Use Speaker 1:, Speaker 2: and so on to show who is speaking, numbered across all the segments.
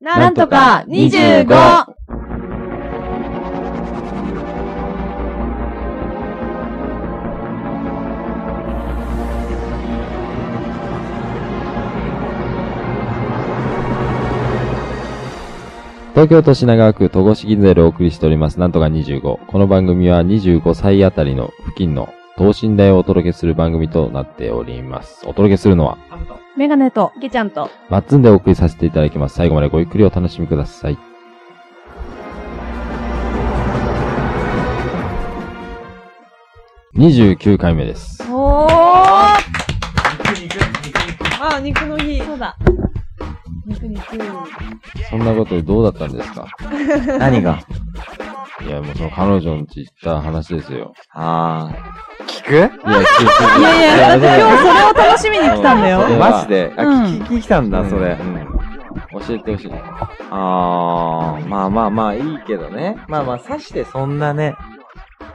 Speaker 1: なんとか25
Speaker 2: 東京都品川区戸越銀座でお送りしております。なんとか25。この番組は25歳あたりの付近の等身大をお届けする番組となっております。お届けするのは、
Speaker 1: メガネと、ゲちゃんと。
Speaker 2: マッツンでお送りさせていただきます。最後までごゆっくりお楽しみください。29回目です。
Speaker 1: おー
Speaker 3: 肉肉肉
Speaker 4: あ、肉の日。
Speaker 1: そうだ。
Speaker 4: 肉肉。
Speaker 2: そんなことでどうだったんですか
Speaker 3: 肉。何が
Speaker 2: いや、もうその彼女んち行った話ですよ。
Speaker 3: あー。聞
Speaker 2: いや、
Speaker 4: いやいや、
Speaker 2: いやい
Speaker 4: 今日それを楽しみに来たんだ
Speaker 2: そ
Speaker 4: よ。
Speaker 2: れ
Speaker 3: く
Speaker 2: は
Speaker 3: マジであ、
Speaker 4: うん
Speaker 3: 聞き聞き来たんだ、それ
Speaker 2: う。ん教えてほしい。
Speaker 3: あー、まあまあまあ、いいけどね。まあまあ、さしてそんなね、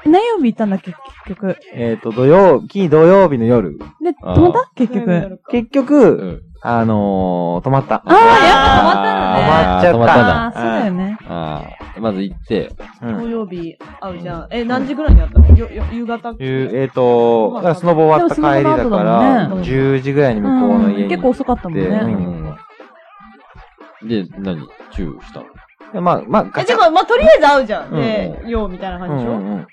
Speaker 4: 何曜日行ったんだっけ、結局。
Speaker 3: えっと、土曜、金土曜日の夜。
Speaker 4: で、
Speaker 2: あー
Speaker 4: 泊まった結局。
Speaker 3: 結
Speaker 2: う
Speaker 3: 局、
Speaker 2: ん。
Speaker 3: あのー、止まった。
Speaker 4: あー、やっ
Speaker 2: あー
Speaker 3: あー
Speaker 2: 止
Speaker 3: 止
Speaker 2: ま
Speaker 3: ま
Speaker 4: ぱ
Speaker 2: っん
Speaker 3: ったた
Speaker 2: だ
Speaker 3: だ。
Speaker 4: あー、そうだよね。
Speaker 2: ああ、まず行って、
Speaker 3: う
Speaker 4: 土
Speaker 3: ん。
Speaker 4: 曜日会うじゃん。え、何時ぐらいに会ったのよよ夕方
Speaker 3: いうえっと、だからスノボ終わった帰りだから、
Speaker 4: でもスノボの後だもんね
Speaker 3: 10時ぐらいに向こうの
Speaker 4: う
Speaker 3: 家
Speaker 4: ん、
Speaker 3: に
Speaker 4: 結構遅かったもん
Speaker 3: う
Speaker 4: ね。
Speaker 2: うん。で、何チューしたの
Speaker 3: でまあ、まあ、
Speaker 1: え、
Speaker 3: ガチ
Speaker 1: て
Speaker 3: ャ
Speaker 1: か、まあ、とりあえず会うじゃん。
Speaker 3: うん
Speaker 1: で、ようみたいな
Speaker 3: う
Speaker 1: 感
Speaker 3: ん
Speaker 1: じでし
Speaker 3: う
Speaker 1: ょ
Speaker 3: んうん。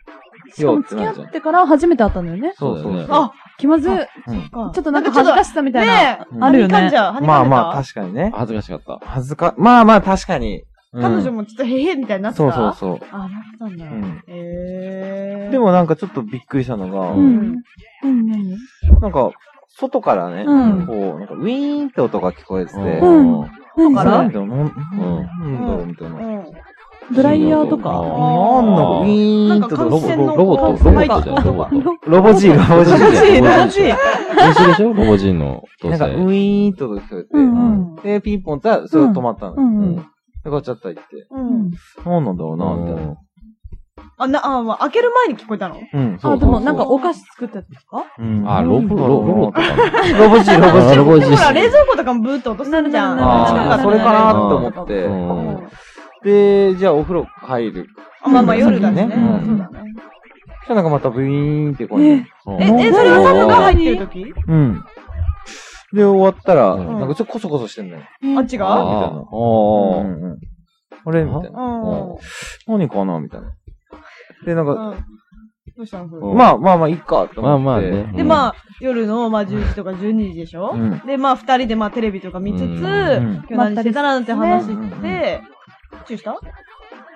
Speaker 4: しかも付き合ってから初めて会ったんだよね。
Speaker 3: そうそうそう。
Speaker 1: あ、
Speaker 4: 気まずい。ち
Speaker 3: うん
Speaker 1: か
Speaker 4: ょっとなんか恥ずかしさみたいな。
Speaker 1: ねえ、
Speaker 4: あるよね
Speaker 1: はにかんじゃん。はに
Speaker 3: ま
Speaker 1: か
Speaker 3: あ
Speaker 1: んでた
Speaker 3: まあ、確かにね。
Speaker 2: 恥ずかしかった。
Speaker 3: 恥ずか、まあまあ、確かに。うん
Speaker 1: 彼女もちょっとへへみたいになってた。
Speaker 3: そうそうそう。
Speaker 1: あ、なったんだ。
Speaker 3: うん
Speaker 1: えー。
Speaker 3: で、もなんかちょっとびっくりしたのが、
Speaker 4: う。
Speaker 2: うん
Speaker 4: 何何
Speaker 3: なんか、外からね、
Speaker 4: うん
Speaker 3: こう、なんかウィーンって音が聞こえてて、
Speaker 2: うん
Speaker 3: ん、
Speaker 4: 何
Speaker 1: だ
Speaker 4: そ
Speaker 1: か
Speaker 4: れ
Speaker 1: ら
Speaker 3: なんだろう、なんだろう、みたいな。
Speaker 1: うん。
Speaker 4: ドライヤーと
Speaker 2: あ
Speaker 4: か。
Speaker 3: なんだろう、ウィ
Speaker 1: な
Speaker 3: ー
Speaker 1: ん
Speaker 3: ンっ
Speaker 1: か
Speaker 3: て
Speaker 1: 感
Speaker 3: ロボ
Speaker 1: 染の
Speaker 2: ロボット、ロボットじゃん、ロボット。
Speaker 3: ロボ G、ロボ G
Speaker 4: 楽しい、
Speaker 2: ロボ
Speaker 4: 楽しい。
Speaker 2: 一緒でしょロボ人の同
Speaker 3: なんか、ウ
Speaker 2: 棲。
Speaker 3: ィーンって音が聞こえて、
Speaker 4: うんうん
Speaker 3: で、ピンポンって、それが止まったの。
Speaker 4: うんうん
Speaker 3: で、ガチャッと行って、
Speaker 1: うん。
Speaker 3: なんなんだろうな、みたいな。
Speaker 1: あ、な、あ、まあ、開ける前に聞こえたの
Speaker 3: うん、そう
Speaker 4: あ、
Speaker 3: そう
Speaker 4: で
Speaker 3: そう。
Speaker 4: もなんかお菓子作ってたとか
Speaker 3: うん、
Speaker 2: あ、ロボ、ロロボットかな。
Speaker 3: ロボ G、ロボ G。
Speaker 2: あロボ G
Speaker 1: でもほら、冷蔵庫とかもブーって落とするじゃん。
Speaker 4: なるなるなる
Speaker 1: 近
Speaker 3: あ
Speaker 1: か
Speaker 3: あ、
Speaker 1: った
Speaker 3: それかなって思って。
Speaker 2: うん
Speaker 3: で、じゃあお風呂入る。
Speaker 1: あまあまあ、夜だしね。
Speaker 3: う
Speaker 1: うんんそうだね
Speaker 3: じゃあなんかまたブイーンってこうね。
Speaker 2: そう
Speaker 1: え、
Speaker 3: うん
Speaker 1: え、それはサムが入ってる時
Speaker 3: うん。で、終わったら、
Speaker 2: うん
Speaker 3: なんかちょっとコソコソしてんのよ。
Speaker 1: あっち
Speaker 2: あ
Speaker 1: が
Speaker 2: あ、あ
Speaker 3: う
Speaker 2: あ
Speaker 3: んうんあれみたいな。
Speaker 1: うん。うん。
Speaker 3: 何かなみたいな。で、なんか、
Speaker 1: どうしたのそれ
Speaker 2: うん
Speaker 3: まあまあまあ、いいかと思って。
Speaker 2: まあまあね。
Speaker 1: で、まあ、夜の、まあ、10時とか12時でしょ
Speaker 3: うん。
Speaker 1: で、まあ、二人で、まあ、テレビとか見つつ、
Speaker 2: うん
Speaker 1: 今日何してたらなんて話して、チューした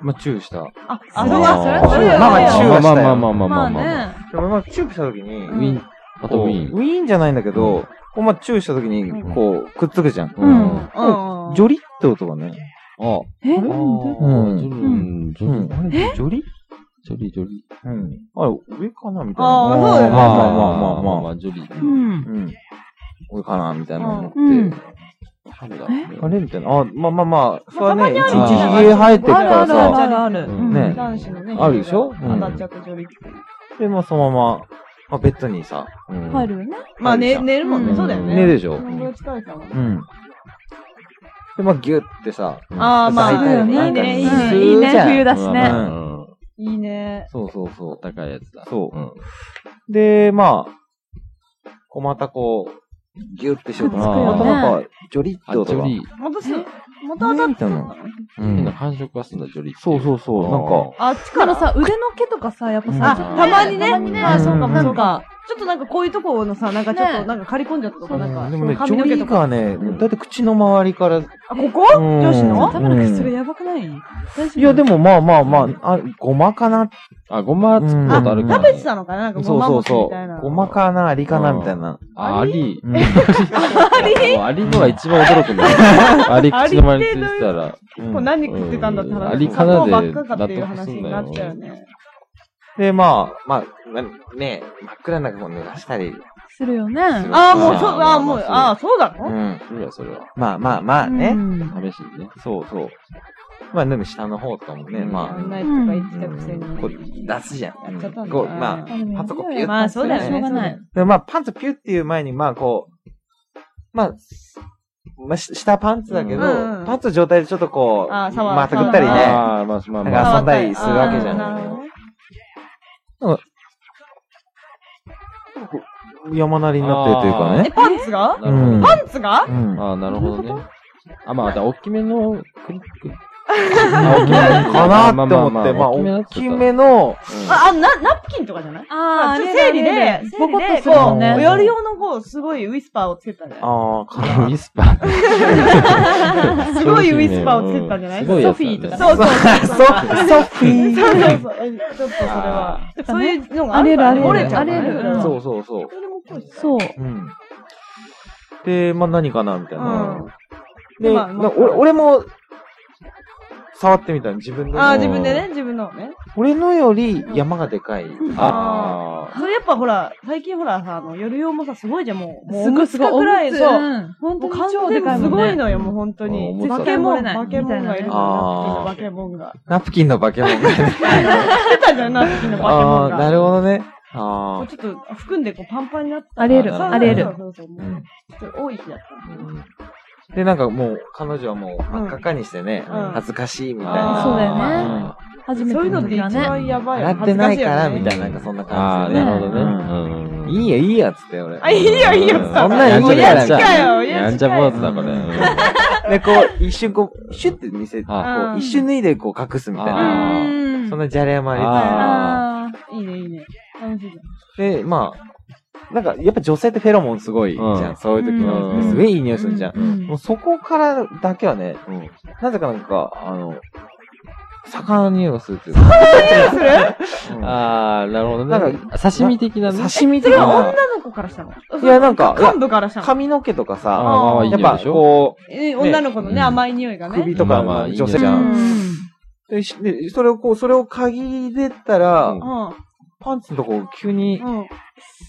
Speaker 3: まあ、チューした。
Speaker 1: あ、
Speaker 2: あ
Speaker 1: あ、
Speaker 2: ー
Speaker 1: そうだ、それはそうだ
Speaker 3: まあまあチュー
Speaker 1: よ。
Speaker 3: は
Speaker 2: まあまあまあまあ
Speaker 4: ま
Speaker 2: まあ
Speaker 4: あ
Speaker 2: まあまあ。
Speaker 4: ね。
Speaker 3: でもまあ、チューした時に、
Speaker 2: ウィン、あと
Speaker 3: こ
Speaker 2: ウ
Speaker 3: う
Speaker 2: ィン。
Speaker 3: ウィーンじゃないんだけど、こうまあ、チューした時に
Speaker 1: う、ん
Speaker 3: こう、くっつくじゃん。
Speaker 4: う
Speaker 2: うんん。
Speaker 1: うんうんうん
Speaker 3: ジョリって音がね。
Speaker 2: あ、
Speaker 4: え
Speaker 2: あ
Speaker 4: うん
Speaker 3: うん
Speaker 2: ジョリ、ジョ
Speaker 3: うん。
Speaker 2: リ、
Speaker 3: あれジョリ
Speaker 2: ジョリ、ジョリ。
Speaker 3: うん。あれ、上かなみたいな。
Speaker 1: あーそうだよね
Speaker 3: まあまあまあまあまあ。
Speaker 2: あ、ジョリ。
Speaker 4: うん。
Speaker 3: うん。俺かなみたいな思って。
Speaker 4: うん
Speaker 2: 春だ
Speaker 3: あれみたいな。あ、まあまあまあ、それは
Speaker 1: まあ
Speaker 3: ね、一
Speaker 1: た
Speaker 2: にあるよ
Speaker 1: ま
Speaker 3: 時
Speaker 2: ね
Speaker 3: ひげ生えてるか
Speaker 4: あるあ
Speaker 3: ら
Speaker 4: るあ
Speaker 3: さ、
Speaker 4: るある。
Speaker 2: うん
Speaker 3: ね
Speaker 1: 男子のね、
Speaker 3: あるでしょ
Speaker 1: 当たっちゃったジョリ。
Speaker 3: で、まあそのまま、まあベッドにさ、うん
Speaker 4: 入るよね。
Speaker 1: まあ、
Speaker 3: 入るじ
Speaker 1: ね、
Speaker 3: ゃん
Speaker 1: 寝るもん
Speaker 4: う
Speaker 1: ね。
Speaker 4: ん
Speaker 1: そうだよね。
Speaker 3: 寝るでしょ。
Speaker 1: そのぐらい疲れたもん。
Speaker 3: うん。で、まあギュってさ、
Speaker 1: あーまあ
Speaker 3: 抱いたり
Speaker 1: そうよ
Speaker 3: なんか
Speaker 1: ね
Speaker 3: す
Speaker 4: いいねいいねいい
Speaker 3: る
Speaker 4: ね
Speaker 3: じゃん
Speaker 4: 冬だしね
Speaker 2: うん。
Speaker 1: いいね。
Speaker 3: そうそうそ
Speaker 2: 高いやつだ。
Speaker 3: そう
Speaker 2: うん。
Speaker 3: う。で、まあ、こうまたこう、ギュってしようと思
Speaker 2: くっつ
Speaker 3: った
Speaker 2: く
Speaker 3: ら
Speaker 4: よね
Speaker 3: またなんか、ジョリって
Speaker 2: あ、ジ
Speaker 3: 音が
Speaker 2: ョ。リ。
Speaker 1: またす、また当たっちゃったの
Speaker 3: う。
Speaker 2: 変なん感触がすんだ、ジョリ。
Speaker 3: そうそうそう。なんか、
Speaker 1: あっち
Speaker 4: か
Speaker 1: かららさ、
Speaker 4: さ、腕の毛とかさ、やっぱ
Speaker 3: うん
Speaker 4: さ、ちょっと
Speaker 1: あ、たまに
Speaker 4: た
Speaker 1: ね。
Speaker 4: まにね
Speaker 1: あ、そうかも、
Speaker 4: な
Speaker 1: そうんか
Speaker 4: か、
Speaker 1: も。ちょっとなんかこういうとこのさ、なんかちょっ
Speaker 4: ね
Speaker 1: となんか刈り込んじゃったとか、なんか、
Speaker 3: でもね、
Speaker 1: その
Speaker 3: ジョ
Speaker 1: 髪の毛
Speaker 3: リ
Speaker 1: とか。
Speaker 3: がね、だいたい口の周りから、
Speaker 1: あ、ここ
Speaker 3: うん
Speaker 1: 女子の
Speaker 4: 食べなくてそ
Speaker 3: うん
Speaker 4: れやばくない
Speaker 3: いや、で
Speaker 4: も、
Speaker 3: もまあまあまあ、あ、ごまかな。
Speaker 2: あ、ごま作ったことあるか
Speaker 1: 食
Speaker 2: ら。
Speaker 1: べてたのかななんかごま
Speaker 3: そ
Speaker 1: も
Speaker 3: う
Speaker 1: ち
Speaker 3: そう
Speaker 1: み
Speaker 3: そ
Speaker 1: たいな
Speaker 3: う。。ごまかな、ありかな、みたいな。
Speaker 2: あ、あり。
Speaker 3: うん。
Speaker 2: もうアリのが一番驚くんだよ。アリ口の周りについてたら。
Speaker 1: これ何食ってたんだって
Speaker 2: うん
Speaker 1: 話。
Speaker 2: ありかなで
Speaker 1: 砂糖ばっかかっていう
Speaker 2: 納得す
Speaker 1: 話
Speaker 2: んだ
Speaker 1: に
Speaker 2: よ
Speaker 1: なっちゃうよね。
Speaker 3: で、まあ、まあ、なね真っ暗な中も濡らしたり。
Speaker 4: するよね。
Speaker 3: うん
Speaker 1: あー、もう、そう、
Speaker 2: まあ
Speaker 1: あー、もう、
Speaker 2: ま
Speaker 1: あ
Speaker 2: あ
Speaker 1: ー、そうだ
Speaker 3: う
Speaker 1: の
Speaker 3: ん。
Speaker 2: いや、それは。
Speaker 3: まあまあまあ
Speaker 4: う
Speaker 3: ね。
Speaker 4: ん
Speaker 2: 試しにね。
Speaker 3: そうそう。まあ、でも下の方とかもね、
Speaker 2: うん
Speaker 3: ま
Speaker 1: や
Speaker 3: あ
Speaker 1: ん。ないとか言って
Speaker 3: う
Speaker 1: たくせ
Speaker 3: ん
Speaker 1: に。
Speaker 3: こう出すじゃん。
Speaker 1: やっちゃったんだな
Speaker 3: こう、ま
Speaker 4: あでも
Speaker 3: あ、パンツこうピュッ
Speaker 1: まあ、そうだよね。
Speaker 4: しょうがない
Speaker 3: でまあ、パンツピュッっていう前に、まあこう、まあ、まあ、し下パンツだけど、
Speaker 4: うんうん
Speaker 3: パンツの状態でちょっとこう、
Speaker 4: あー触
Speaker 3: またぐったりね、
Speaker 2: ああ、まあまあ
Speaker 3: なんか
Speaker 2: まあ。
Speaker 3: 遊んだりするわけじゃ
Speaker 4: あー
Speaker 3: な
Speaker 4: ないるほどね
Speaker 3: 山なりになってるというか
Speaker 4: え、
Speaker 3: ね。
Speaker 4: パンツが
Speaker 2: なるほどね
Speaker 4: パンツが
Speaker 3: うん
Speaker 2: ああ、なるほどね。あ、まあ、だから大きめのクリック。
Speaker 3: かなって思って、まあ、
Speaker 2: のやつだっ
Speaker 3: 大
Speaker 2: た
Speaker 3: き
Speaker 2: ら
Speaker 3: めの、
Speaker 4: あ
Speaker 1: あ、あ、な、ナプキンとかじゃない
Speaker 4: あー、
Speaker 1: 生理で、
Speaker 4: ボコ
Speaker 1: 生
Speaker 4: ッと
Speaker 1: 理です
Speaker 4: るも
Speaker 1: こ
Speaker 4: ん
Speaker 1: う、
Speaker 4: ね。
Speaker 1: おやり用のこう、すごいウィスパーをつけたんじゃない
Speaker 3: ああ、かな。
Speaker 2: ウィスパー。
Speaker 1: すごいウィスパーをつけたんじゃない
Speaker 2: すごいやつだね
Speaker 1: ソフィーとかね。そうそう
Speaker 3: ソソフィー。
Speaker 1: そうそう。えちょっとそれは。そういうのがあるからね
Speaker 4: あ
Speaker 1: 折
Speaker 4: れ
Speaker 1: れ
Speaker 4: る
Speaker 1: ちゃ
Speaker 4: あ
Speaker 1: う
Speaker 4: れるあ
Speaker 1: からね。
Speaker 4: れる
Speaker 1: うん
Speaker 3: そうそうそう。
Speaker 4: そう。
Speaker 3: うん。で、まあ何かなみたいな。で、
Speaker 4: でまあ
Speaker 3: な俺俺も、触ってみたの自分で。
Speaker 4: あー、自分でね、自分のをね。
Speaker 3: 俺のより山がでかい。
Speaker 2: あ
Speaker 1: それやっぱほら、最近ほらさ、あの、夜用もさ、すごいじゃん、もう。もう
Speaker 4: すごいすごい。
Speaker 1: くらい、
Speaker 4: おむつ
Speaker 1: そう。
Speaker 4: ん本
Speaker 1: も
Speaker 4: 当
Speaker 1: う
Speaker 4: に
Speaker 1: 完
Speaker 4: 超で
Speaker 1: 全
Speaker 4: かい
Speaker 1: に
Speaker 4: も
Speaker 1: す
Speaker 4: んね。
Speaker 1: ごいのよ、もう本当
Speaker 3: う
Speaker 1: に
Speaker 3: ん。
Speaker 1: 絶
Speaker 4: 絶対
Speaker 1: 対
Speaker 4: 漏
Speaker 1: も
Speaker 4: れ
Speaker 1: う、
Speaker 4: ない
Speaker 1: バケモンがい
Speaker 4: みた
Speaker 3: いなね
Speaker 1: るんだよ。
Speaker 3: あー
Speaker 1: バケモンが。
Speaker 3: ナプキンの化け 物。
Speaker 1: 出たじゃん、ナプキンのバケモ
Speaker 3: あ
Speaker 1: ン
Speaker 3: あ、
Speaker 1: が。
Speaker 3: なるほどね。
Speaker 1: も
Speaker 3: あ
Speaker 1: うちょっと、含んでこう、パンパンになってた
Speaker 4: あり
Speaker 3: える
Speaker 1: そうそう
Speaker 3: ありえる
Speaker 1: そうそうそう。
Speaker 3: あ。う
Speaker 1: もうんちょっと多い日だっ
Speaker 3: で、なんかもう、彼女はもう、真っ赤っかにしてね、
Speaker 1: うん
Speaker 3: 恥ずかしいみたい
Speaker 2: あ
Speaker 3: な。
Speaker 2: ー
Speaker 4: そうだよね
Speaker 3: まあ
Speaker 4: 初
Speaker 1: た。
Speaker 4: めて
Speaker 1: そういうの
Speaker 4: の
Speaker 1: って
Speaker 4: 時
Speaker 1: 一
Speaker 4: はね。
Speaker 1: 番やばいよ。
Speaker 3: 洗ってないから、
Speaker 1: 恥ず
Speaker 3: みた
Speaker 1: かし
Speaker 3: いな、なんかそんな
Speaker 2: あ
Speaker 3: 感
Speaker 2: ー、
Speaker 3: じで
Speaker 2: な
Speaker 3: ね。
Speaker 2: るほどね。うん。
Speaker 3: いいよ、いいや、つって、俺。
Speaker 1: あいいよいいよ
Speaker 3: うんそんなんやん
Speaker 1: もう
Speaker 3: ちゃ
Speaker 1: や
Speaker 3: だ
Speaker 1: っ
Speaker 3: か
Speaker 1: ち
Speaker 3: ら
Speaker 1: ゃよ、
Speaker 2: や
Speaker 1: や
Speaker 2: ん
Speaker 1: っ
Speaker 2: ち
Speaker 1: ち
Speaker 2: ゃ
Speaker 1: ゃ
Speaker 2: 坊
Speaker 1: よ。
Speaker 2: 主だ、これ。
Speaker 3: うん
Speaker 2: うん
Speaker 3: で、こう、一瞬こう、シュッて見せて、こ
Speaker 2: あ
Speaker 3: う一瞬脱いでこう隠すみたい
Speaker 2: あ
Speaker 3: な。
Speaker 4: うん
Speaker 3: そんなじゃれもあり
Speaker 4: あ
Speaker 1: いいね、いいね。楽しいじ
Speaker 3: つつで、まあ、なんか、やっぱ女性ってフェロモンすごいじゃ
Speaker 2: うん
Speaker 3: ん。そういう時
Speaker 2: う
Speaker 3: の。
Speaker 2: ん
Speaker 3: すごいいい匂いす
Speaker 4: ー
Speaker 3: るじゃん。
Speaker 4: うん
Speaker 3: もうそこからだけはね、なぜかなんか、あの、魚の匂いがするっていうか。うん
Speaker 2: ああ、なるほどね。
Speaker 3: なん
Speaker 2: 刺身的なね。
Speaker 3: 刺身
Speaker 1: ゃん。
Speaker 3: 的
Speaker 1: それは
Speaker 3: な。
Speaker 1: 女の子からしたの
Speaker 3: いや、なんか、いや
Speaker 1: 幹部からしたの
Speaker 3: 髪の毛とか
Speaker 2: あー
Speaker 3: さ、
Speaker 2: まあまあいい
Speaker 3: や
Speaker 2: ん
Speaker 3: っ
Speaker 2: じゃない
Speaker 3: ぱ
Speaker 2: でしょ
Speaker 3: こう、
Speaker 4: え女の子の
Speaker 2: ね
Speaker 4: ね、甘い匂いがね。
Speaker 3: 首とか
Speaker 2: まあまあ
Speaker 3: も女性
Speaker 2: いいん
Speaker 3: じ
Speaker 2: じゃ
Speaker 3: ゃ
Speaker 2: ない
Speaker 3: ん。
Speaker 4: うん
Speaker 3: で、しでそれをこう、それを限り出たら、
Speaker 2: うん
Speaker 4: うん。
Speaker 3: パンツのとこ急に
Speaker 4: うん。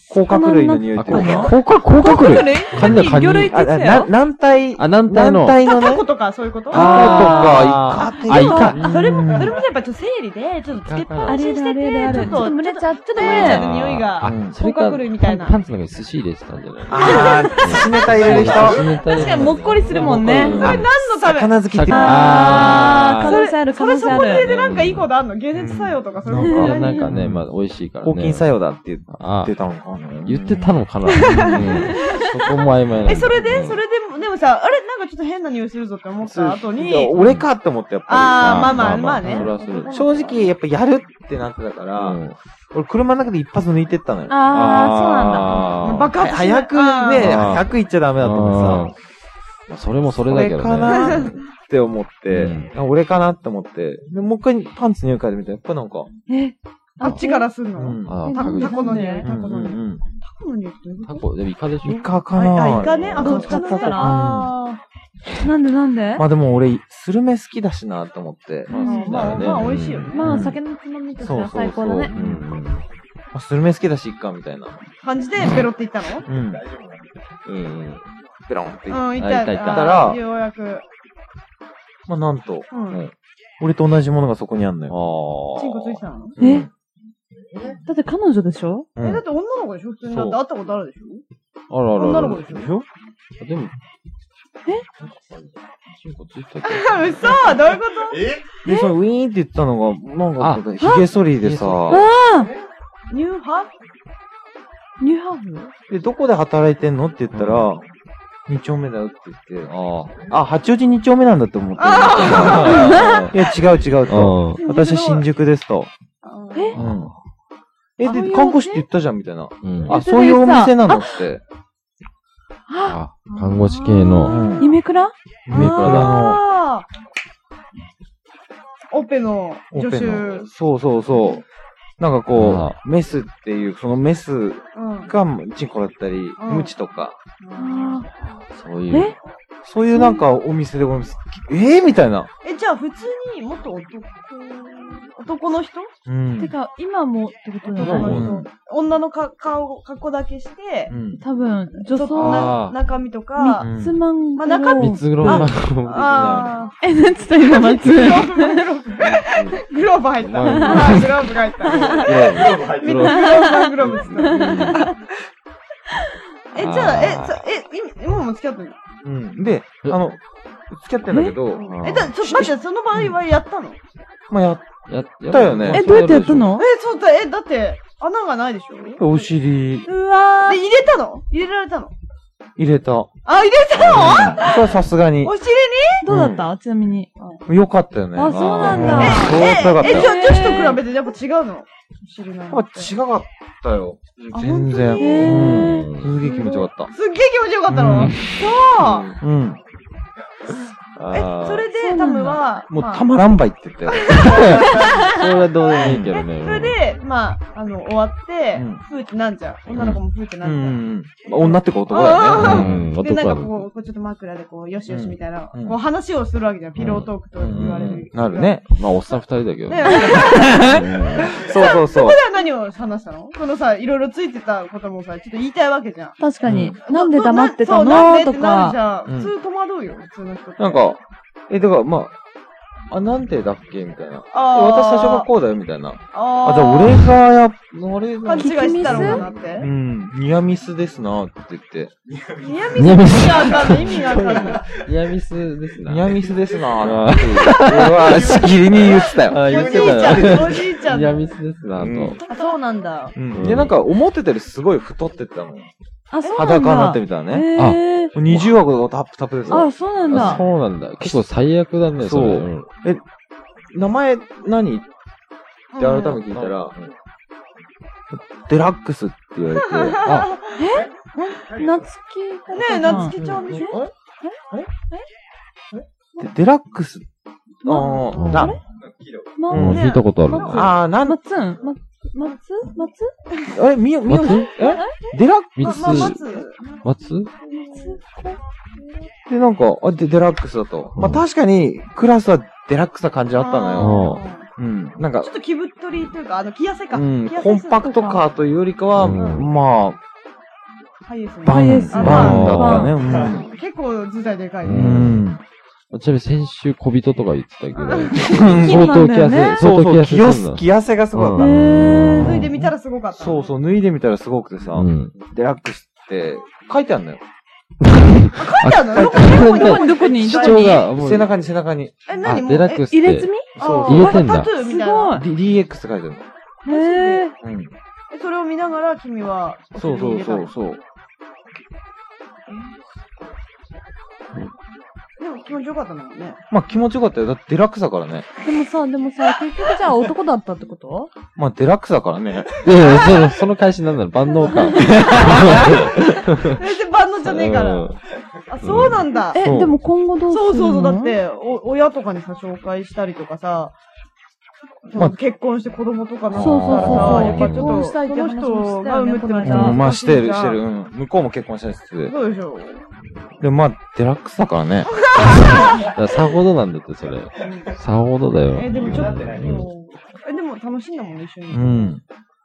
Speaker 3: 甲殻類の匂い
Speaker 2: あ、
Speaker 3: って
Speaker 2: こ
Speaker 3: いううか、
Speaker 2: ここ、甲殻類。カニだ、カニ。
Speaker 4: 魚類って
Speaker 3: あ、
Speaker 4: 言ってた
Speaker 3: あ
Speaker 4: よ
Speaker 3: な。軟体、
Speaker 2: あ、軟体
Speaker 3: 軟
Speaker 2: の。
Speaker 3: 体のね、
Speaker 1: タ
Speaker 3: タコ
Speaker 1: コとかそういうこと
Speaker 2: あ
Speaker 3: かイカっていう
Speaker 2: あイ
Speaker 3: か、
Speaker 1: それも、
Speaker 3: うん
Speaker 1: それもやっぱちょっと生理で、ちょっとつけっぱなしにし
Speaker 4: あ
Speaker 1: て
Speaker 4: れだあれだあ
Speaker 1: て、
Speaker 4: れ
Speaker 1: ち
Speaker 4: だ
Speaker 1: ょ
Speaker 4: ちょっ
Speaker 1: っと、
Speaker 4: と蒸れちゃって
Speaker 1: ちょっと蒸れちゃって匂い
Speaker 2: あ
Speaker 1: が。
Speaker 2: それ
Speaker 1: 甲
Speaker 2: か
Speaker 1: 殻類みたいな
Speaker 2: パンツの中に寿司入れてたんじゃない
Speaker 3: あー、寿司ネタ入れる人。
Speaker 2: 確
Speaker 4: 確かにもっこりするもんね。
Speaker 2: うん
Speaker 4: それ何のため
Speaker 3: 魚好きっていう
Speaker 2: あ
Speaker 4: 可
Speaker 2: ー
Speaker 4: 能性ある、可
Speaker 1: それ
Speaker 4: 能
Speaker 1: そ
Speaker 4: 性あ
Speaker 1: こで
Speaker 4: る。
Speaker 1: でなんかいいことあんの解熱作用とかそう
Speaker 3: う
Speaker 1: い
Speaker 2: いう
Speaker 3: か
Speaker 1: の
Speaker 2: や、なんかね、まあ、美味しいからね。
Speaker 3: 抗菌作用だって言っ
Speaker 2: あ
Speaker 3: てたのかな。
Speaker 2: 言ってたの かな、うんそこも曖昧なんだ
Speaker 1: え、それでそれでも、でもさ、あれなんかちょっと変な匂いするぞって思った後
Speaker 3: いや
Speaker 1: に、
Speaker 3: 俺かって思って、やっぱ
Speaker 1: あー、まあまあ、まあね。
Speaker 2: それはそれ
Speaker 1: う
Speaker 3: り。
Speaker 1: ん
Speaker 3: 正直、やっぱやるってなってたか
Speaker 2: う
Speaker 3: ら、
Speaker 2: ん
Speaker 3: 俺車の中で一発抜いてったのよ。
Speaker 4: あ
Speaker 2: あー
Speaker 1: 爆発しない
Speaker 3: 早くね、
Speaker 1: あー
Speaker 2: あー
Speaker 3: 早く行っちゃダメだと思ってさ、
Speaker 2: まあそれもそれだけどね。
Speaker 3: これかなって思って
Speaker 2: うん、
Speaker 3: あ俺かなって思って、でもう一回パンツ匂い嗅いでみたら、やっぱなん
Speaker 4: ー、
Speaker 3: か、
Speaker 4: そうなんだ。え、
Speaker 1: あっちからすん
Speaker 3: う
Speaker 1: の
Speaker 3: ん
Speaker 2: あ
Speaker 4: え
Speaker 2: ー確
Speaker 1: タ
Speaker 2: 実
Speaker 1: コの匂い、
Speaker 4: え
Speaker 1: タコの
Speaker 3: うんう
Speaker 1: 匂い。
Speaker 3: ん
Speaker 1: タコの匂いってどういう
Speaker 2: タ
Speaker 1: こ
Speaker 2: コ、でもイカでし
Speaker 3: うんイ
Speaker 2: ょ
Speaker 3: カか
Speaker 1: あ
Speaker 3: な
Speaker 1: あイカねあ
Speaker 4: どっちかって言ったら
Speaker 1: あ
Speaker 4: なんでなんで
Speaker 3: まあでも俺、スルメ好きだしなと思って。
Speaker 4: う
Speaker 1: と
Speaker 4: ん
Speaker 1: まあ、まあ、美味しいよね。
Speaker 4: まあ、酒のつまみとしては最高だ
Speaker 3: そう
Speaker 4: ね。
Speaker 2: うん
Speaker 3: あスルメ好きだし、いっか、みたいな。
Speaker 1: 感じで、ペロっていったの
Speaker 3: うん。
Speaker 2: うんうん
Speaker 3: ペロンって。ま
Speaker 1: うん、
Speaker 2: あ
Speaker 1: いた
Speaker 2: いたいた
Speaker 1: あーようやく。
Speaker 3: あなんと、
Speaker 1: うん。
Speaker 3: 俺と同じものがそこにあんの
Speaker 2: あ
Speaker 3: よ。
Speaker 2: ー
Speaker 1: チンコついてたの
Speaker 4: えだって彼女でしょ
Speaker 3: う
Speaker 1: え、だ
Speaker 3: ん
Speaker 1: って女の子でしょ普通に。だって会ったことあるでしょ
Speaker 2: あらあらあら。
Speaker 1: 女の子でしょ
Speaker 3: でしょ
Speaker 2: でも。えチンコついてたっけ
Speaker 1: 嘘どういうこと
Speaker 3: で、そのウィーンって言ったのが、な
Speaker 2: あ
Speaker 3: んか、ヒゲ剃りでさ、
Speaker 1: ニューハーフ
Speaker 4: ニューハーフ
Speaker 3: で、どこで働いてんのって言ったら、二丁目だよって言って、
Speaker 2: あ
Speaker 3: あ、八王子二丁目なんだって思ってる。いや、違う違うと。
Speaker 2: あ。
Speaker 3: 私は新宿ですと。
Speaker 4: え
Speaker 3: うん。え、
Speaker 4: あそういうお
Speaker 3: で、
Speaker 4: 店
Speaker 3: 看護師って言ったじゃん、みたいな。
Speaker 2: うん。
Speaker 3: あ、
Speaker 2: あ、
Speaker 3: そういうお店なのって。
Speaker 2: あ看護師系の。
Speaker 4: イメクラ
Speaker 3: メクラの、
Speaker 1: あーオペの
Speaker 3: オ
Speaker 1: 助
Speaker 3: ペ
Speaker 1: 手。
Speaker 3: の。そうそうそう。なんかこう、メスっていう、そのメス
Speaker 1: うん。
Speaker 3: がチンコだったり、
Speaker 1: ん
Speaker 3: ムチとか、
Speaker 2: そういう。
Speaker 4: え
Speaker 3: そういうなんかお店でごめんなさい。えーみたいな。
Speaker 1: え、じゃあ普通にもっと男、男の人
Speaker 3: う
Speaker 4: て
Speaker 3: ん。
Speaker 4: か、今もってことだ
Speaker 1: 男
Speaker 4: よ
Speaker 1: の
Speaker 4: ね。
Speaker 1: 人。
Speaker 3: うん
Speaker 1: 女のか顔、格好だけして
Speaker 3: う、ん。
Speaker 4: 多分、
Speaker 1: ちょ
Speaker 4: 女
Speaker 1: っと
Speaker 4: 装な
Speaker 2: あー
Speaker 1: な中身とか、
Speaker 3: うん
Speaker 4: ミッツマン
Speaker 1: まあ中身
Speaker 2: 三つぐらい の中国的な。
Speaker 1: あ
Speaker 4: え、なんつった今、まず。
Speaker 1: あ、グローブ入った。
Speaker 2: うん
Speaker 1: あーグローブが入った。 グローブ、グローブつった。え、じゃあ、え、そえ、今今も付き合ってるの
Speaker 3: うん。で、あ
Speaker 2: え
Speaker 3: の、付き合ってんだけど、
Speaker 1: え、だ、ちょ、待って、その場合はやったのえ、
Speaker 3: まあ、やっ
Speaker 2: やっ
Speaker 3: だよね
Speaker 2: や
Speaker 3: え
Speaker 2: る
Speaker 4: え、どうやってやった
Speaker 2: で
Speaker 4: の
Speaker 1: そうだ、え、だって、穴がないでしょで、
Speaker 3: お尻
Speaker 4: うわ
Speaker 1: 入れたの入れられたの
Speaker 3: 入れた。
Speaker 1: あ、入れたの
Speaker 3: それはさすがに。
Speaker 1: お尻に
Speaker 4: どうだったちなみに。
Speaker 3: よかったよね。
Speaker 4: あ、そうなんだ。
Speaker 3: えそうだった
Speaker 1: え、
Speaker 3: よ
Speaker 1: じゃあ女子と比べてやっぱ違うのお尻の
Speaker 3: やっ
Speaker 1: 穴
Speaker 3: ぱ
Speaker 1: って
Speaker 3: 違かったよ。全
Speaker 1: あ本当に
Speaker 3: 然。
Speaker 4: へー
Speaker 3: すげえ気持ちよかっ
Speaker 1: すっげえ気持ちよかった
Speaker 3: う
Speaker 1: の
Speaker 3: ん
Speaker 1: そう
Speaker 3: た。うん。
Speaker 1: え、
Speaker 3: あー
Speaker 1: それ
Speaker 4: そう
Speaker 1: で、
Speaker 4: な
Speaker 1: タ
Speaker 4: んだ
Speaker 1: ムは、
Speaker 3: もう
Speaker 1: まあ
Speaker 3: たまらんばいって言ったよ。
Speaker 2: それはどうでもいいけどね。
Speaker 1: それで、まあ、あの、終わって
Speaker 3: うん、
Speaker 1: ふーってなんじゃん。女の子もふーって
Speaker 3: う
Speaker 1: なんん
Speaker 3: う
Speaker 1: じゃん。
Speaker 3: んうん。女ってか男だ
Speaker 2: う
Speaker 3: よ
Speaker 1: あ
Speaker 3: ね。
Speaker 2: ん、
Speaker 1: で、なん
Speaker 2: 男
Speaker 1: か
Speaker 2: は
Speaker 1: こう、こうちょっと枕でこう、よしよしみたいな、
Speaker 3: うん
Speaker 1: こう話をするわけじゃん。ピロートークと
Speaker 3: うん
Speaker 1: 言われ
Speaker 3: うんうん
Speaker 1: る。
Speaker 3: なる。ね。
Speaker 2: まあ、おっさん二人だけど
Speaker 1: ね
Speaker 2: ね。
Speaker 3: そうそうそう。
Speaker 1: じゃあ 何を話したのこのさ、いろいろついてたこともさ、ちょっと言いたいわけじゃん。
Speaker 4: 確かに。
Speaker 1: な
Speaker 4: なんで黙ってた
Speaker 1: な
Speaker 4: の
Speaker 1: そうなんで
Speaker 4: と
Speaker 1: ってなるじ
Speaker 4: か。
Speaker 1: ゃん。
Speaker 3: うん
Speaker 1: 普通戸惑うよ、普通の人って。
Speaker 3: なんか、え、だからまあ、あ、なんでだっけみたいな。
Speaker 1: あー、
Speaker 3: 私最初がこうだよ、みたいな。
Speaker 1: あー
Speaker 3: あ、じゃあ俺がやっ、俺が
Speaker 1: 勘違いしてたのかなっ
Speaker 3: う
Speaker 1: て。
Speaker 3: ん、ニアミスですなって言って。
Speaker 1: ニヤミス意味わかんない、意味わかん ない。
Speaker 2: ニアミスですな。
Speaker 3: ニアミスですな
Speaker 2: あ
Speaker 3: って。俺はしきりに言ってたよ。
Speaker 2: あ、
Speaker 1: お
Speaker 2: 言っ
Speaker 1: じい
Speaker 2: て
Speaker 1: ち
Speaker 2: たよ。
Speaker 1: ゃん、おじいちゃん
Speaker 2: ニア
Speaker 1: だ。
Speaker 2: ミスですな、あ
Speaker 3: う
Speaker 2: と
Speaker 3: ん。
Speaker 1: あそうなんだ。
Speaker 3: うん。で、なんか思ってたよりすごい太ってったの。
Speaker 4: あ、そうなんだ。
Speaker 3: 裸になってみたらね。
Speaker 4: へー
Speaker 3: もう20枠がタップタップですよ
Speaker 4: あ、。そうなんだ。
Speaker 2: そうなんだ。結構最悪だね、
Speaker 3: そう
Speaker 2: れん
Speaker 3: 名前何って改めて聞いたら、デラックスって言われて、あ、
Speaker 4: 夏希。
Speaker 1: ねえ、なつきちゃんでしょ
Speaker 3: でデラックス。
Speaker 4: う
Speaker 3: あ
Speaker 4: ん
Speaker 3: あ、な、
Speaker 4: ま、
Speaker 3: う
Speaker 2: うんん。聞いたことあるね。
Speaker 3: あー、なん
Speaker 4: まつんま、まつまつ
Speaker 3: え、みよ、みよ、えデラック
Speaker 2: ミ
Speaker 1: あ
Speaker 2: ス、
Speaker 1: まあ、まず、
Speaker 2: 松
Speaker 3: スってなんか、あ、で、デラックスだと。まあ、確かに、クラスはデラックスな感じあったのよ。
Speaker 2: よ
Speaker 1: あ
Speaker 3: う
Speaker 1: ー
Speaker 3: ん。なんか
Speaker 1: ちょ、っと気ぶっとりというか、あの、着痩せか。
Speaker 3: うん、
Speaker 1: 着痩せ
Speaker 3: コンパクトカーというよりかは、
Speaker 2: うん
Speaker 3: ま
Speaker 1: ハイエース
Speaker 3: あ、
Speaker 1: ね
Speaker 3: バ
Speaker 4: イエ
Speaker 3: ン、
Speaker 4: ス
Speaker 3: バン
Speaker 2: バ
Speaker 3: だ
Speaker 2: ン
Speaker 3: ったね。
Speaker 1: 結構図体でかい
Speaker 3: うん。
Speaker 1: ね。
Speaker 3: うん。
Speaker 2: ちなみに先週小人とか言ってたけど、
Speaker 4: 金
Speaker 2: 相
Speaker 4: なん
Speaker 2: 当
Speaker 4: だ
Speaker 2: 気
Speaker 4: よ
Speaker 2: 痩
Speaker 4: ね
Speaker 2: せ、
Speaker 3: そ
Speaker 2: 相当
Speaker 3: うそう、
Speaker 2: 気
Speaker 3: 気
Speaker 2: 痩せ
Speaker 3: 痩
Speaker 2: すん
Speaker 3: せ、
Speaker 2: だ。
Speaker 3: 気痩せがすごか
Speaker 2: う
Speaker 3: っ
Speaker 2: ん
Speaker 3: た。
Speaker 4: へ
Speaker 1: 脱い
Speaker 4: ー
Speaker 1: でみたらすごかった。
Speaker 3: そうそう、脱いでみたらすごくてさ、
Speaker 2: うん。
Speaker 3: デラックスって書いてあるのよ。
Speaker 1: 書いてあるの
Speaker 4: ど
Speaker 1: どこ
Speaker 4: こにどこに
Speaker 2: 主
Speaker 4: どこ
Speaker 2: 張
Speaker 4: に
Speaker 2: が、もう
Speaker 3: 背中に背中に。
Speaker 1: え、
Speaker 2: あ
Speaker 1: 何もう
Speaker 2: デラックス
Speaker 4: 入
Speaker 2: っ
Speaker 4: れ墨
Speaker 2: て、
Speaker 1: あ
Speaker 2: 入れてんだ
Speaker 1: タトゥーみたいな。
Speaker 4: す
Speaker 3: D- DX って書いてあるの。
Speaker 4: ごい。へー
Speaker 3: うん。
Speaker 1: えそれを見ながら君は、
Speaker 3: そうそうそう。そう。
Speaker 1: でも気持ちよかったんだもんね。
Speaker 3: まあ気持ちよかったよ。だってデラックスだからね。
Speaker 4: でもさ、でもさ、結局じゃあ男だったってこと
Speaker 3: まあデラックスだからね。
Speaker 2: いやいやその、その返しなんだろう、万能感。
Speaker 1: 全然万能じゃねえか
Speaker 2: う
Speaker 1: ら
Speaker 2: ん。
Speaker 1: あ、そうなんだ。
Speaker 4: え、
Speaker 3: そう
Speaker 4: でも今後どうする
Speaker 1: そう
Speaker 4: の
Speaker 1: そうそう。だっ。て、お親とかにさ、紹介したりとかさ、
Speaker 3: まあ
Speaker 1: 結婚して子供とかな
Speaker 4: そ
Speaker 1: っ
Speaker 4: う
Speaker 1: た
Speaker 4: そう
Speaker 1: ら
Speaker 4: そう
Speaker 1: さ、
Speaker 4: そ
Speaker 1: や
Speaker 4: う。
Speaker 1: っぱ
Speaker 4: 結
Speaker 1: ち
Speaker 4: 婚
Speaker 1: ょ
Speaker 4: し
Speaker 1: った
Speaker 4: い
Speaker 1: と、
Speaker 4: って
Speaker 1: この
Speaker 4: 話もした
Speaker 1: 人
Speaker 4: よ
Speaker 1: が
Speaker 4: ね
Speaker 1: 産むっ
Speaker 4: こ
Speaker 1: てなった
Speaker 4: の間
Speaker 1: ら。
Speaker 3: まあしてるしてる。うん。向こうも結婚したりしてて。
Speaker 1: そうでしょ。
Speaker 3: でもまあデラックスだからね。
Speaker 2: だからさほどなんだって、それ。さほどだよ。
Speaker 1: え、でもちょっと、
Speaker 2: うん
Speaker 1: え、でも楽しんだもんね、一緒
Speaker 3: う
Speaker 1: に。
Speaker 3: ん。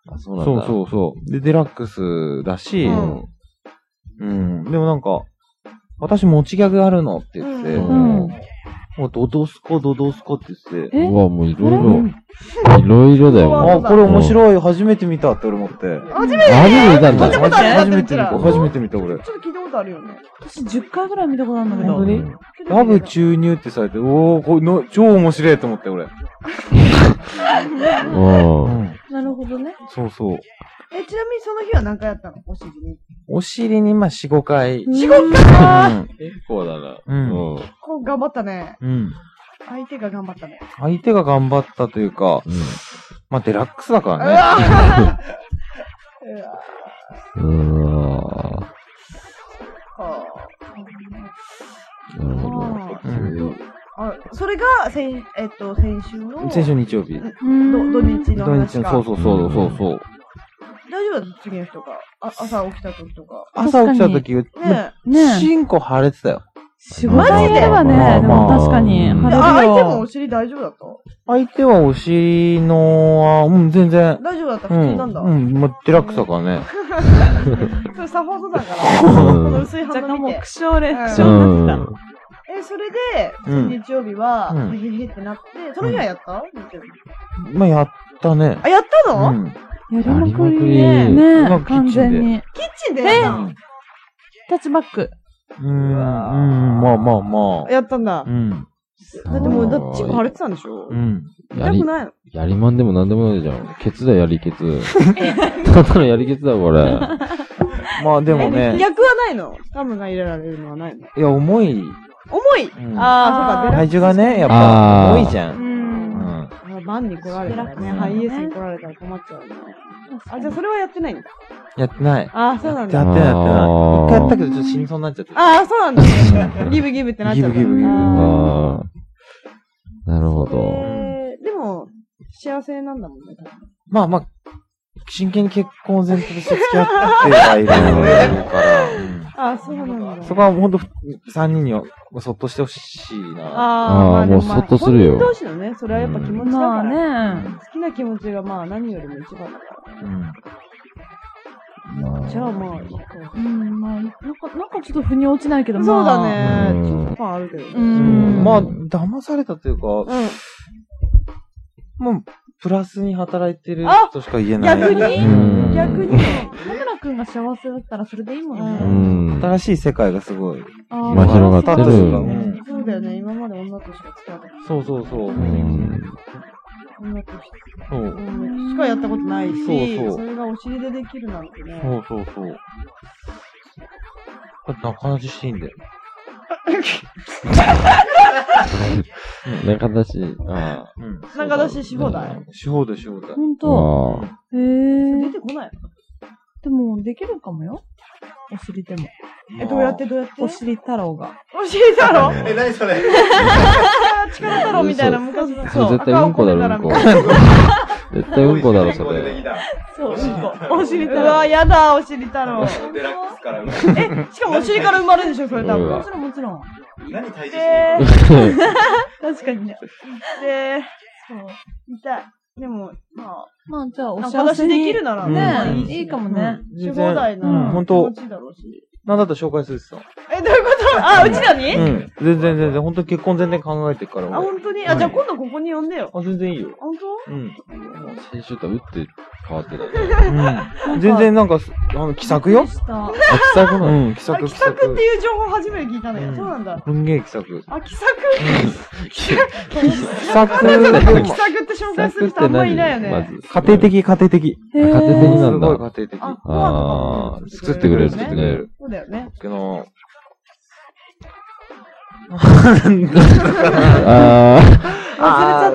Speaker 2: あそうなんだ。
Speaker 3: そうそうそう。で、デラックスだし、
Speaker 1: うん
Speaker 3: うん。でもなんか、私持ちギャグあるのって言って、
Speaker 1: う
Speaker 4: うん。
Speaker 3: もうドドスコドドスコって言って、
Speaker 4: え
Speaker 2: うわ、もういろい
Speaker 4: うん
Speaker 2: ろ、いろいろだよ。
Speaker 1: あ
Speaker 3: あ、
Speaker 2: もう
Speaker 3: これ面白い、初めて見たって俺思って。
Speaker 1: 初めて
Speaker 2: 何で見たんだ
Speaker 1: 見たことある
Speaker 3: 初めて見
Speaker 1: だって
Speaker 3: た、
Speaker 1: うちら
Speaker 3: 初めて見た俺。
Speaker 1: ちょっと聞いたことあるよね。
Speaker 4: 私10回ぐらい見たことあるんだけ
Speaker 3: 本当
Speaker 4: ど。
Speaker 3: に
Speaker 2: うん
Speaker 3: ラブ注入ってされて、おー、これの超面白いと思って俺。
Speaker 2: うん
Speaker 3: ん。
Speaker 4: なるほどね。
Speaker 3: そうそう。
Speaker 1: え、ちなみにその日は何回やったのお尻に。
Speaker 3: お尻にまあ4、5回。うん。
Speaker 4: 仕事
Speaker 2: 結構だな。
Speaker 3: うん。
Speaker 2: うん。
Speaker 1: こう頑張ったね。
Speaker 3: うん。
Speaker 1: 相手が頑張ったね。
Speaker 3: 相手が頑張ったというか、まあデラックスだか
Speaker 1: う
Speaker 3: らね。
Speaker 1: わぁ
Speaker 2: うん。なるほど。
Speaker 3: うん
Speaker 1: あそれが先、えっと、先週の
Speaker 3: 先週日曜日。
Speaker 1: ど土日の
Speaker 3: 土日
Speaker 1: 話
Speaker 3: の
Speaker 1: か。
Speaker 3: そうそうそうそうそう。
Speaker 1: 大丈夫だった次の日とか。あ朝起きた時とか。
Speaker 3: 朝起きた時、ね
Speaker 1: ね
Speaker 4: ねえ。
Speaker 3: チンコ腫れてたよ。
Speaker 4: 仕事では
Speaker 3: マジで
Speaker 4: ね、でも確かに。
Speaker 2: うん
Speaker 1: え。
Speaker 4: 晴
Speaker 1: あ、
Speaker 4: れる
Speaker 1: 相
Speaker 4: よ
Speaker 1: 手もお尻大丈夫だった
Speaker 3: 相手はお尻の、あうん、全然。
Speaker 1: 大丈夫だった
Speaker 3: う
Speaker 1: 普通
Speaker 3: ん。
Speaker 1: なんだ。
Speaker 3: うん、まあデラックスだからね。
Speaker 1: それサファーソ だから。
Speaker 2: うん
Speaker 1: この薄い
Speaker 4: 若
Speaker 1: 鼻
Speaker 4: 干
Speaker 1: 見
Speaker 4: もう
Speaker 1: て
Speaker 4: 苦。笑で、
Speaker 1: うん
Speaker 4: 苦
Speaker 2: う
Speaker 4: 笑に
Speaker 2: ん。
Speaker 4: なって
Speaker 1: え、それで、
Speaker 3: うん
Speaker 1: 日曜日は、
Speaker 3: うん
Speaker 1: へへへってなって、その日はやった日曜日。
Speaker 3: まあやったね。
Speaker 1: あ、やった
Speaker 3: う
Speaker 1: の
Speaker 3: ん。
Speaker 4: た。やりまくり
Speaker 2: やりまくり
Speaker 4: ね。ね
Speaker 3: まあ
Speaker 4: え、完全に。
Speaker 1: キッチンでやったの
Speaker 3: うん
Speaker 4: タッチバック。
Speaker 1: え
Speaker 5: うん、うん、まあまあまあ。
Speaker 1: やったんだ
Speaker 5: う。ん、
Speaker 1: だってもう、だってチップ腫れてたんでしょ
Speaker 5: うん。
Speaker 2: や
Speaker 1: 痛
Speaker 2: り
Speaker 1: く、ないの
Speaker 2: やりまんでもなんでもないじゃん。ケツだよ、やりケツ。ただのやりケツだ、これ。
Speaker 3: まあでもね、
Speaker 1: 逆はないのタムが入れられるのはないの
Speaker 3: いや、重い。
Speaker 1: 重い
Speaker 3: うん
Speaker 1: ああ、そうか、デラ
Speaker 3: 体重がね、やっ
Speaker 2: あ
Speaker 3: ぱ
Speaker 2: ー
Speaker 3: 重いじゃ。
Speaker 4: うん。
Speaker 3: うんん。
Speaker 1: あバンに来られたらね、
Speaker 4: うん
Speaker 1: ハイエースに来られたら困っちゃうね。あ、じゃあそれはやってないんだ。
Speaker 3: やってない。
Speaker 1: ああ、そうなん
Speaker 3: や
Speaker 1: だ
Speaker 3: っ。てない、やって
Speaker 2: あ
Speaker 3: ない。
Speaker 2: ー
Speaker 3: 一回やったけど、ちょっと死にそうになっちゃって。
Speaker 1: ああ、そうなんだ。ギブギブってなっちゃった。
Speaker 3: ギブギブギブ
Speaker 1: あ
Speaker 2: あーなるほ
Speaker 1: ー
Speaker 2: ど。
Speaker 1: えーでも、幸せなんだもんね。
Speaker 3: まあまあ、真剣に結婚を前提として付き合ってはいるから、うん
Speaker 1: ああ、そうなんだ。
Speaker 3: そこはほんと、三人にはそっとしてほしいな。
Speaker 1: ああ、ま
Speaker 2: あー
Speaker 1: あで
Speaker 2: もう
Speaker 1: まあ
Speaker 2: そっとするよ
Speaker 1: 本人同士のね、それはやっぱ気持ちだ
Speaker 4: ま
Speaker 1: か
Speaker 4: あ
Speaker 1: ら。
Speaker 4: ね。
Speaker 1: 好きな気持ちがまあ何よりも一番だか
Speaker 3: うん
Speaker 2: ま
Speaker 1: ら。
Speaker 2: あ
Speaker 1: じゃあまあ、いいか
Speaker 4: うん、まあ、なんか、なんかちょっと腑に落ちないけど、
Speaker 1: そうだ
Speaker 4: まあ。
Speaker 1: ね。
Speaker 2: う
Speaker 1: ち
Speaker 2: ん
Speaker 1: ょっとパンあるけどね。
Speaker 4: う
Speaker 2: うん
Speaker 4: ん。
Speaker 3: まあ、騙されたというか、
Speaker 1: う
Speaker 3: もう、プラスに働いてる
Speaker 1: あ
Speaker 3: としか言え
Speaker 1: ん。
Speaker 3: ない。
Speaker 1: 逆
Speaker 2: うん
Speaker 1: に逆に。
Speaker 4: 田村くんが幸せだったらそれでいいもん
Speaker 2: う
Speaker 4: ね。
Speaker 2: ん。
Speaker 3: 新しい世界がすごい。
Speaker 4: あ
Speaker 2: まあ
Speaker 4: ー
Speaker 2: 広が
Speaker 3: スタ
Speaker 2: って
Speaker 3: ー
Speaker 2: る
Speaker 3: トとかうん
Speaker 1: そうだよね。今まで女としか付き合ってない。
Speaker 3: そうそうそう。
Speaker 2: うん。
Speaker 1: 女としか
Speaker 3: そう
Speaker 1: うんしかやったことないし、
Speaker 3: そうそう
Speaker 1: それがお尻でできるなんてね。
Speaker 3: そうそうそう。だって仲良ししていいんだよ。
Speaker 2: ね、形、ああ。
Speaker 3: うん。
Speaker 1: 仲良しし放題。
Speaker 3: し放題し放題。
Speaker 4: ほんと。
Speaker 2: ああ。
Speaker 4: へえ
Speaker 1: 出。てこない
Speaker 4: でも、できるかもよ。お尻でも。
Speaker 1: え、どうやってどうやって
Speaker 4: お尻太郎が。
Speaker 1: お尻太郎
Speaker 5: え、何それ
Speaker 1: 力太郎みたいな昔の。
Speaker 2: それ絶対うんこだろ、うんこ。絶対うんこだろ、そ
Speaker 5: で
Speaker 2: れ
Speaker 5: き。た。
Speaker 4: そう、
Speaker 5: お尻太郎
Speaker 4: お尻
Speaker 1: う
Speaker 4: 太郎。
Speaker 1: わ、やだ、お尻太 郎。
Speaker 5: デラックスからうんこ。
Speaker 1: え、しかもお尻から生まれるでしょ、それ多
Speaker 2: う
Speaker 1: 分
Speaker 2: わ。
Speaker 4: もちろん、もちろん。
Speaker 5: 何体重
Speaker 1: で、
Speaker 4: 確かにね。
Speaker 1: で、
Speaker 4: そう。
Speaker 1: 痛い。でも、まあ、
Speaker 4: まあ、じゃあ、お
Speaker 1: お
Speaker 4: 幸
Speaker 1: 話
Speaker 4: せ
Speaker 1: し
Speaker 4: に
Speaker 1: できるなら、
Speaker 3: うん
Speaker 1: まあ
Speaker 4: ね
Speaker 1: し
Speaker 4: いいかもね。
Speaker 1: し放題
Speaker 3: う
Speaker 1: な。
Speaker 3: ん、本当
Speaker 1: 気持ちいいだろうし
Speaker 3: なんだったら紹介するしさ。
Speaker 1: え、どういうことあ、うちらに
Speaker 3: うん。全然全然、本当に結婚全然考えてるから。
Speaker 1: あ、
Speaker 3: 俺
Speaker 1: 本当にあ、じゃあ今度ここに呼んでよ。
Speaker 3: あ、全然いいよ。
Speaker 1: 本当
Speaker 3: うん。
Speaker 2: 先週と打って変わってたね。
Speaker 3: うん。全然なんか、あの、気さくよ
Speaker 4: で。した。
Speaker 2: あ、気さくなの
Speaker 3: うん、気
Speaker 1: あ
Speaker 3: さ
Speaker 1: れ、
Speaker 3: く、
Speaker 1: 気さくって。いう情報初めて聞いたのよ。
Speaker 3: うん
Speaker 1: そうなんだ。
Speaker 3: 文芸気さく。
Speaker 1: あ、気さく
Speaker 3: 気さく、
Speaker 1: 気さくって紹介する人あんまりいないよね。
Speaker 2: まず
Speaker 3: 家庭的、家庭的。
Speaker 4: へー
Speaker 2: 家庭的な
Speaker 3: す
Speaker 2: ん
Speaker 3: ごい
Speaker 2: だ。
Speaker 3: 家庭的。
Speaker 1: あ、ご
Speaker 2: ああ、
Speaker 1: 飯とか
Speaker 2: 作ってくれる、
Speaker 1: ね
Speaker 2: 作ってくれる。
Speaker 1: そうだよね。
Speaker 3: けど、
Speaker 2: ああ、
Speaker 1: 忘れちゃった。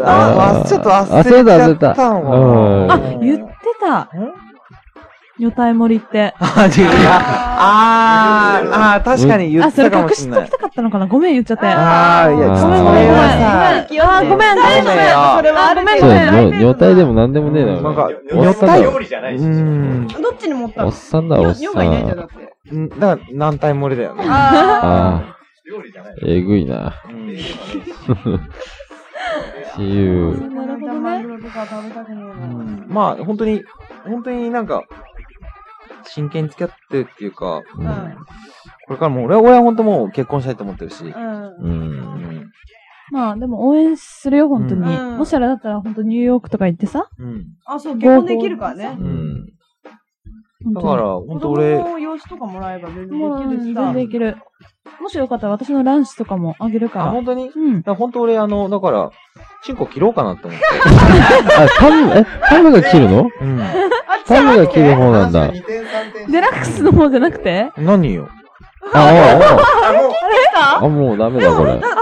Speaker 2: あー
Speaker 3: あ、ちょっと焦っちゃったのか
Speaker 2: う
Speaker 3: な。
Speaker 4: あ、言ってた。
Speaker 3: ん
Speaker 4: 女体盛りって。
Speaker 3: あ、違う。あー、あー、確かに言
Speaker 4: あ、
Speaker 3: って
Speaker 4: それ
Speaker 3: たか
Speaker 4: 隠
Speaker 3: もし
Speaker 4: し
Speaker 3: ん
Speaker 4: と
Speaker 3: な
Speaker 4: き
Speaker 3: い。
Speaker 4: たかったのかなごめん、言っちゃって。
Speaker 3: あー、いや、ちょっ
Speaker 2: あ
Speaker 3: とそ
Speaker 4: ごめんごめん
Speaker 3: れ
Speaker 4: ごめん
Speaker 3: はさ、
Speaker 4: あー、ごめん、大丈夫
Speaker 3: ごめんよ
Speaker 1: それはある程
Speaker 4: え
Speaker 2: そ
Speaker 1: 度
Speaker 2: う、
Speaker 4: え
Speaker 1: ある程
Speaker 2: 女
Speaker 1: 度
Speaker 2: 女体でも何でもねえだ
Speaker 3: なん
Speaker 2: ろ。
Speaker 3: か、
Speaker 2: おっさんだ
Speaker 5: 料理じゃな
Speaker 3: う
Speaker 5: いし。
Speaker 3: ん。
Speaker 1: どっちに持った
Speaker 2: おっ
Speaker 1: の
Speaker 2: さんだ、おっさ
Speaker 1: よがいないじゃん、
Speaker 2: ん。
Speaker 1: だって。
Speaker 3: んだから、軟体漏れだよね。
Speaker 1: あ
Speaker 2: ああ、
Speaker 5: 料理じゃない。
Speaker 2: えぐいな。
Speaker 3: うん
Speaker 5: 栄養がね
Speaker 2: 私有。
Speaker 1: なるほどね。マグロとか食べたくねえな。
Speaker 3: まあ、本当に、本当になんか、真剣に付き合ってるっていうか、
Speaker 2: う
Speaker 1: うん
Speaker 2: ん。
Speaker 3: これからもう俺は、俺は本当もう結婚したいと思ってるし。
Speaker 1: うん。
Speaker 2: う。
Speaker 3: うんん。
Speaker 4: まあ、でも応援するよ、本当に。
Speaker 1: うん
Speaker 4: もしあれだったら、本当ニューヨークとか行ってさ。
Speaker 3: うん。
Speaker 1: あ、そう、結婚できるからね。
Speaker 2: うん。
Speaker 4: 本当
Speaker 3: だ
Speaker 4: に
Speaker 3: から、本当俺
Speaker 1: 子、供の養子とかもらえば全
Speaker 4: もう、
Speaker 1: 然
Speaker 4: う
Speaker 1: できる
Speaker 4: ん
Speaker 1: し
Speaker 4: 全
Speaker 1: さ
Speaker 4: 然。いける。もしよかったら、私のランチとかもあげるか
Speaker 3: あ、
Speaker 4: ら。
Speaker 3: 本当にだか
Speaker 4: うん。
Speaker 3: ら本当俺、あの、だから、チンコ切ろうかなって思って。
Speaker 2: あ、タム、え、タムが切るの
Speaker 3: うん。
Speaker 2: タムが切る方なんだ。
Speaker 5: 二点三点。
Speaker 4: デラックスの方じゃなくて
Speaker 3: 何よ。
Speaker 2: あ、
Speaker 5: あもう
Speaker 2: おいおいあ、もうダメだ、これ。
Speaker 1: 確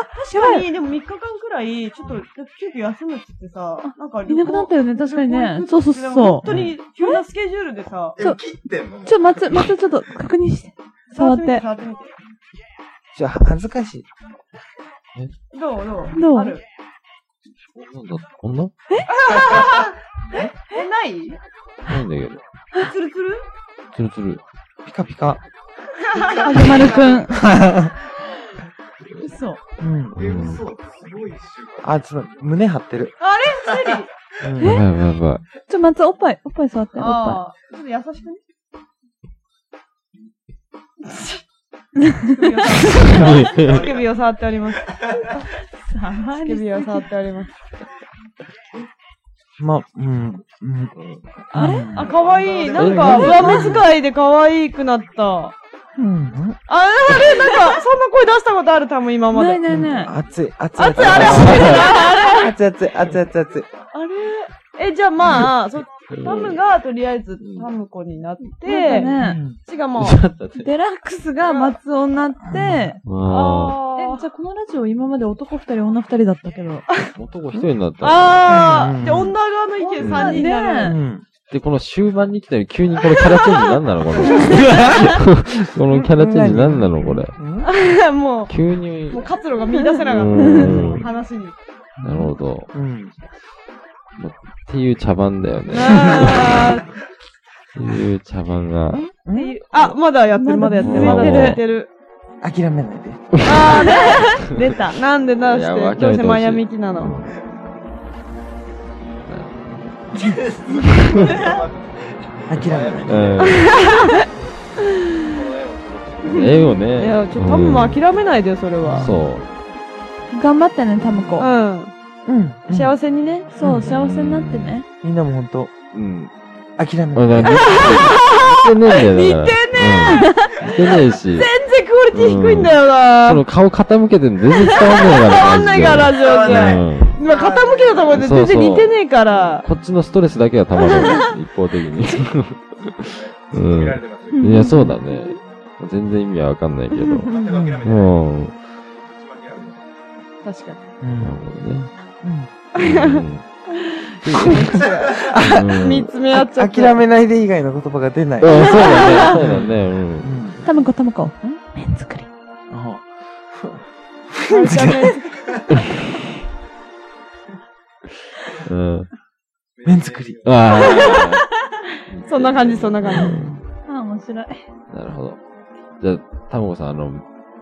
Speaker 1: かに、でも3日間くらい、ちょっと、急遽休むっつってさ、なんか、
Speaker 4: いなくなったよね、確かにね。そうそう
Speaker 1: でも本
Speaker 4: そ
Speaker 1: 当に、急なスケジュールでさ、
Speaker 5: え
Speaker 4: そう
Speaker 5: 切ってんの
Speaker 4: う。ちょ、待つ、待つ、ちょっと確認して。触って。
Speaker 1: 触ってみて。
Speaker 3: じゃあ、恥ずかしい。
Speaker 1: どうどう
Speaker 4: どう
Speaker 1: ある
Speaker 2: 女
Speaker 1: え、ない
Speaker 2: ないんだけど。
Speaker 1: ツルツル
Speaker 2: ツルツル。
Speaker 3: ピカピカ。
Speaker 4: あげまるくん。嘘。
Speaker 3: うん。
Speaker 5: え、嘘。すごい一週間。
Speaker 3: あ、ちょっと、胸張ってる。
Speaker 1: あれ
Speaker 3: う
Speaker 1: スリ
Speaker 3: ん
Speaker 2: やばいやばいやばい。
Speaker 4: ちょ、松、おっぱい、おっぱい触って、おっぱ
Speaker 1: ああ、ちょっと優しくね乳首を触っております。
Speaker 4: い。触
Speaker 1: 乳
Speaker 4: りすぎ
Speaker 1: 首を触っております。
Speaker 3: まあ、うん。うん。
Speaker 4: あれ
Speaker 3: うん
Speaker 1: あ、かわいい。なん
Speaker 2: えな
Speaker 1: か、
Speaker 2: んで
Speaker 1: 上目遣いでかわいくなった。
Speaker 3: うん。
Speaker 1: あれ、なんか、そんな声出したことある、多分今ま
Speaker 4: な
Speaker 1: で
Speaker 4: い。ないない。
Speaker 3: 熱い、熱い。
Speaker 1: 熱い、あれ、
Speaker 3: 熱い、熱い、熱い、熱い、熱い。
Speaker 1: あれ。え、じゃあまあ、そ タムがとりあえずタムコになって、こ
Speaker 4: なんかね、
Speaker 1: っちがもう、
Speaker 4: デラックスが松尾になって、
Speaker 2: あ
Speaker 4: え、
Speaker 1: あ
Speaker 4: じゃあこのラジオ今まで男二人、女二人だったけど。
Speaker 2: あ。男一人になった。
Speaker 1: あ
Speaker 3: う
Speaker 1: ー
Speaker 3: ん
Speaker 1: で、女側の意見3人になる。
Speaker 4: ね
Speaker 3: うん。
Speaker 2: で、この終盤に来たのに急にこのキャラチェンジ何な のこの。このキャラチェンジ何なのこれ。
Speaker 3: うん。
Speaker 1: も
Speaker 2: 急に
Speaker 1: う、もう。活路が見出せな
Speaker 2: う
Speaker 1: かった。
Speaker 2: ん
Speaker 1: 話に。
Speaker 2: なるほど。
Speaker 3: うん。
Speaker 2: っていう茶番だよね。
Speaker 1: あー
Speaker 2: っていう茶番が。
Speaker 1: っていうあ、まだやってる、まだやってる、
Speaker 2: ま
Speaker 1: ま
Speaker 2: だ
Speaker 1: だやってる。
Speaker 3: 諦めないで。
Speaker 1: あ ーね。出た。なんでなし
Speaker 2: いやわか
Speaker 1: て、ど
Speaker 2: る
Speaker 1: うせマイアミ行きなの。
Speaker 3: 諦めないで。
Speaker 2: うん。絵をね。
Speaker 1: いや、ちょ、タムも
Speaker 2: うん
Speaker 1: 諦めないでよ、それは。
Speaker 2: そう。
Speaker 4: 頑張ってね、タムコ。
Speaker 1: う
Speaker 3: うん。
Speaker 1: ん。幸せにね。
Speaker 4: そう、幸せになってね。
Speaker 3: せ。みんなもほんと、
Speaker 2: うん。
Speaker 3: 諦め
Speaker 2: あ
Speaker 3: ない
Speaker 2: だか
Speaker 3: で。
Speaker 2: ら似てねえんだよ。だから似てねえ、似てねえし。
Speaker 1: 全然クオリティ低いんだよな
Speaker 2: その顔傾けてるの全然伝わんないから。
Speaker 1: 変わんないから、
Speaker 2: マ
Speaker 1: ラジオじゃ。
Speaker 2: ジでうん
Speaker 1: 今、傾けたところで全然似てねえから。
Speaker 2: こっちのストレスだけはたまら ない。一方的に。
Speaker 6: 見られ
Speaker 2: う
Speaker 6: てますよ。
Speaker 2: ん。いや、そうだね。全然意味はわかんないけど。うん。
Speaker 6: 全く諦めてない。
Speaker 2: な
Speaker 1: 確かに。
Speaker 2: る
Speaker 3: うん。
Speaker 2: ほどね。 うんうん。
Speaker 1: 見つめ合
Speaker 3: あ
Speaker 1: っちゃった。
Speaker 3: 諦めないで以外の言葉が出ない。
Speaker 2: うん、そうだね。そううだ
Speaker 3: だね
Speaker 2: ね。うん。
Speaker 4: タムコ、タムコ。麺作り。
Speaker 3: あ
Speaker 2: うん。
Speaker 3: 麺作り。
Speaker 2: あ
Speaker 1: そんな感じ、そんな感
Speaker 4: あ、面白い。
Speaker 2: あ。なるほど。じゃあ、たまごさん、あの、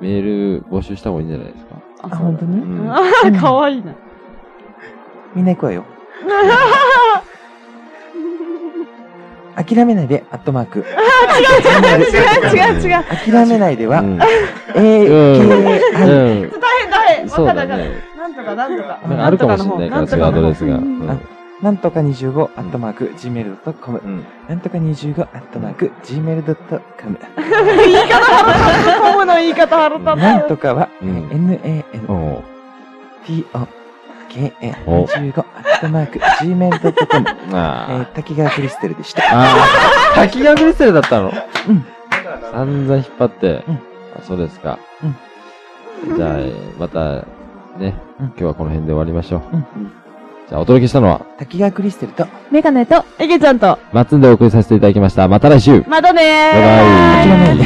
Speaker 2: メール募集した方がいいんじゃないですか。
Speaker 3: あ、ほんと
Speaker 2: う
Speaker 3: に
Speaker 1: じ。
Speaker 2: ん。
Speaker 1: あー、かわいい な。
Speaker 3: みんな行くわよ。諦めないで、アットマーク。
Speaker 1: 違う違う違う。
Speaker 3: 諦めないでは、
Speaker 2: うん。
Speaker 3: AKI。
Speaker 2: うん
Speaker 1: 大変大変。
Speaker 2: そう
Speaker 1: わ
Speaker 2: だ
Speaker 1: かんない
Speaker 2: ね。
Speaker 1: なんとかなんとか。
Speaker 2: なんかあるかもしれないから、
Speaker 1: なん
Speaker 2: そうい
Speaker 1: と
Speaker 2: う
Speaker 1: か
Speaker 2: ア
Speaker 1: の
Speaker 2: ド
Speaker 1: 方
Speaker 2: レスが。うん
Speaker 3: あなんとか25、アットマーク、gmail.com。
Speaker 2: うん。
Speaker 3: なんとか25、アットマーク、gmail.com。
Speaker 1: トムの言い方腹立
Speaker 3: な
Speaker 1: っ
Speaker 3: んとかは、
Speaker 2: うん。
Speaker 3: nan,
Speaker 2: おう
Speaker 3: to, ka,
Speaker 2: お
Speaker 3: 25、アットマーク、gmail.com。え
Speaker 2: あ
Speaker 3: ー、滝川クリステルでした。
Speaker 2: あ。あ あ。滝川クリステルだったの
Speaker 6: だからなんか
Speaker 2: 散々引っ張って
Speaker 3: うん。
Speaker 2: あそうですか。じゃあ、えーまた、ね、
Speaker 3: うん
Speaker 2: 今日はこの辺で終わりましょう
Speaker 3: うん。
Speaker 2: じゃあ、お届けしたのは、
Speaker 3: 滝川クリステルと、
Speaker 4: メガネと、
Speaker 1: た。いけちゃんと。
Speaker 2: マッツンでお送りさせていただきました。また来週
Speaker 1: またねー。
Speaker 2: バイバイ
Speaker 3: 諦めないで。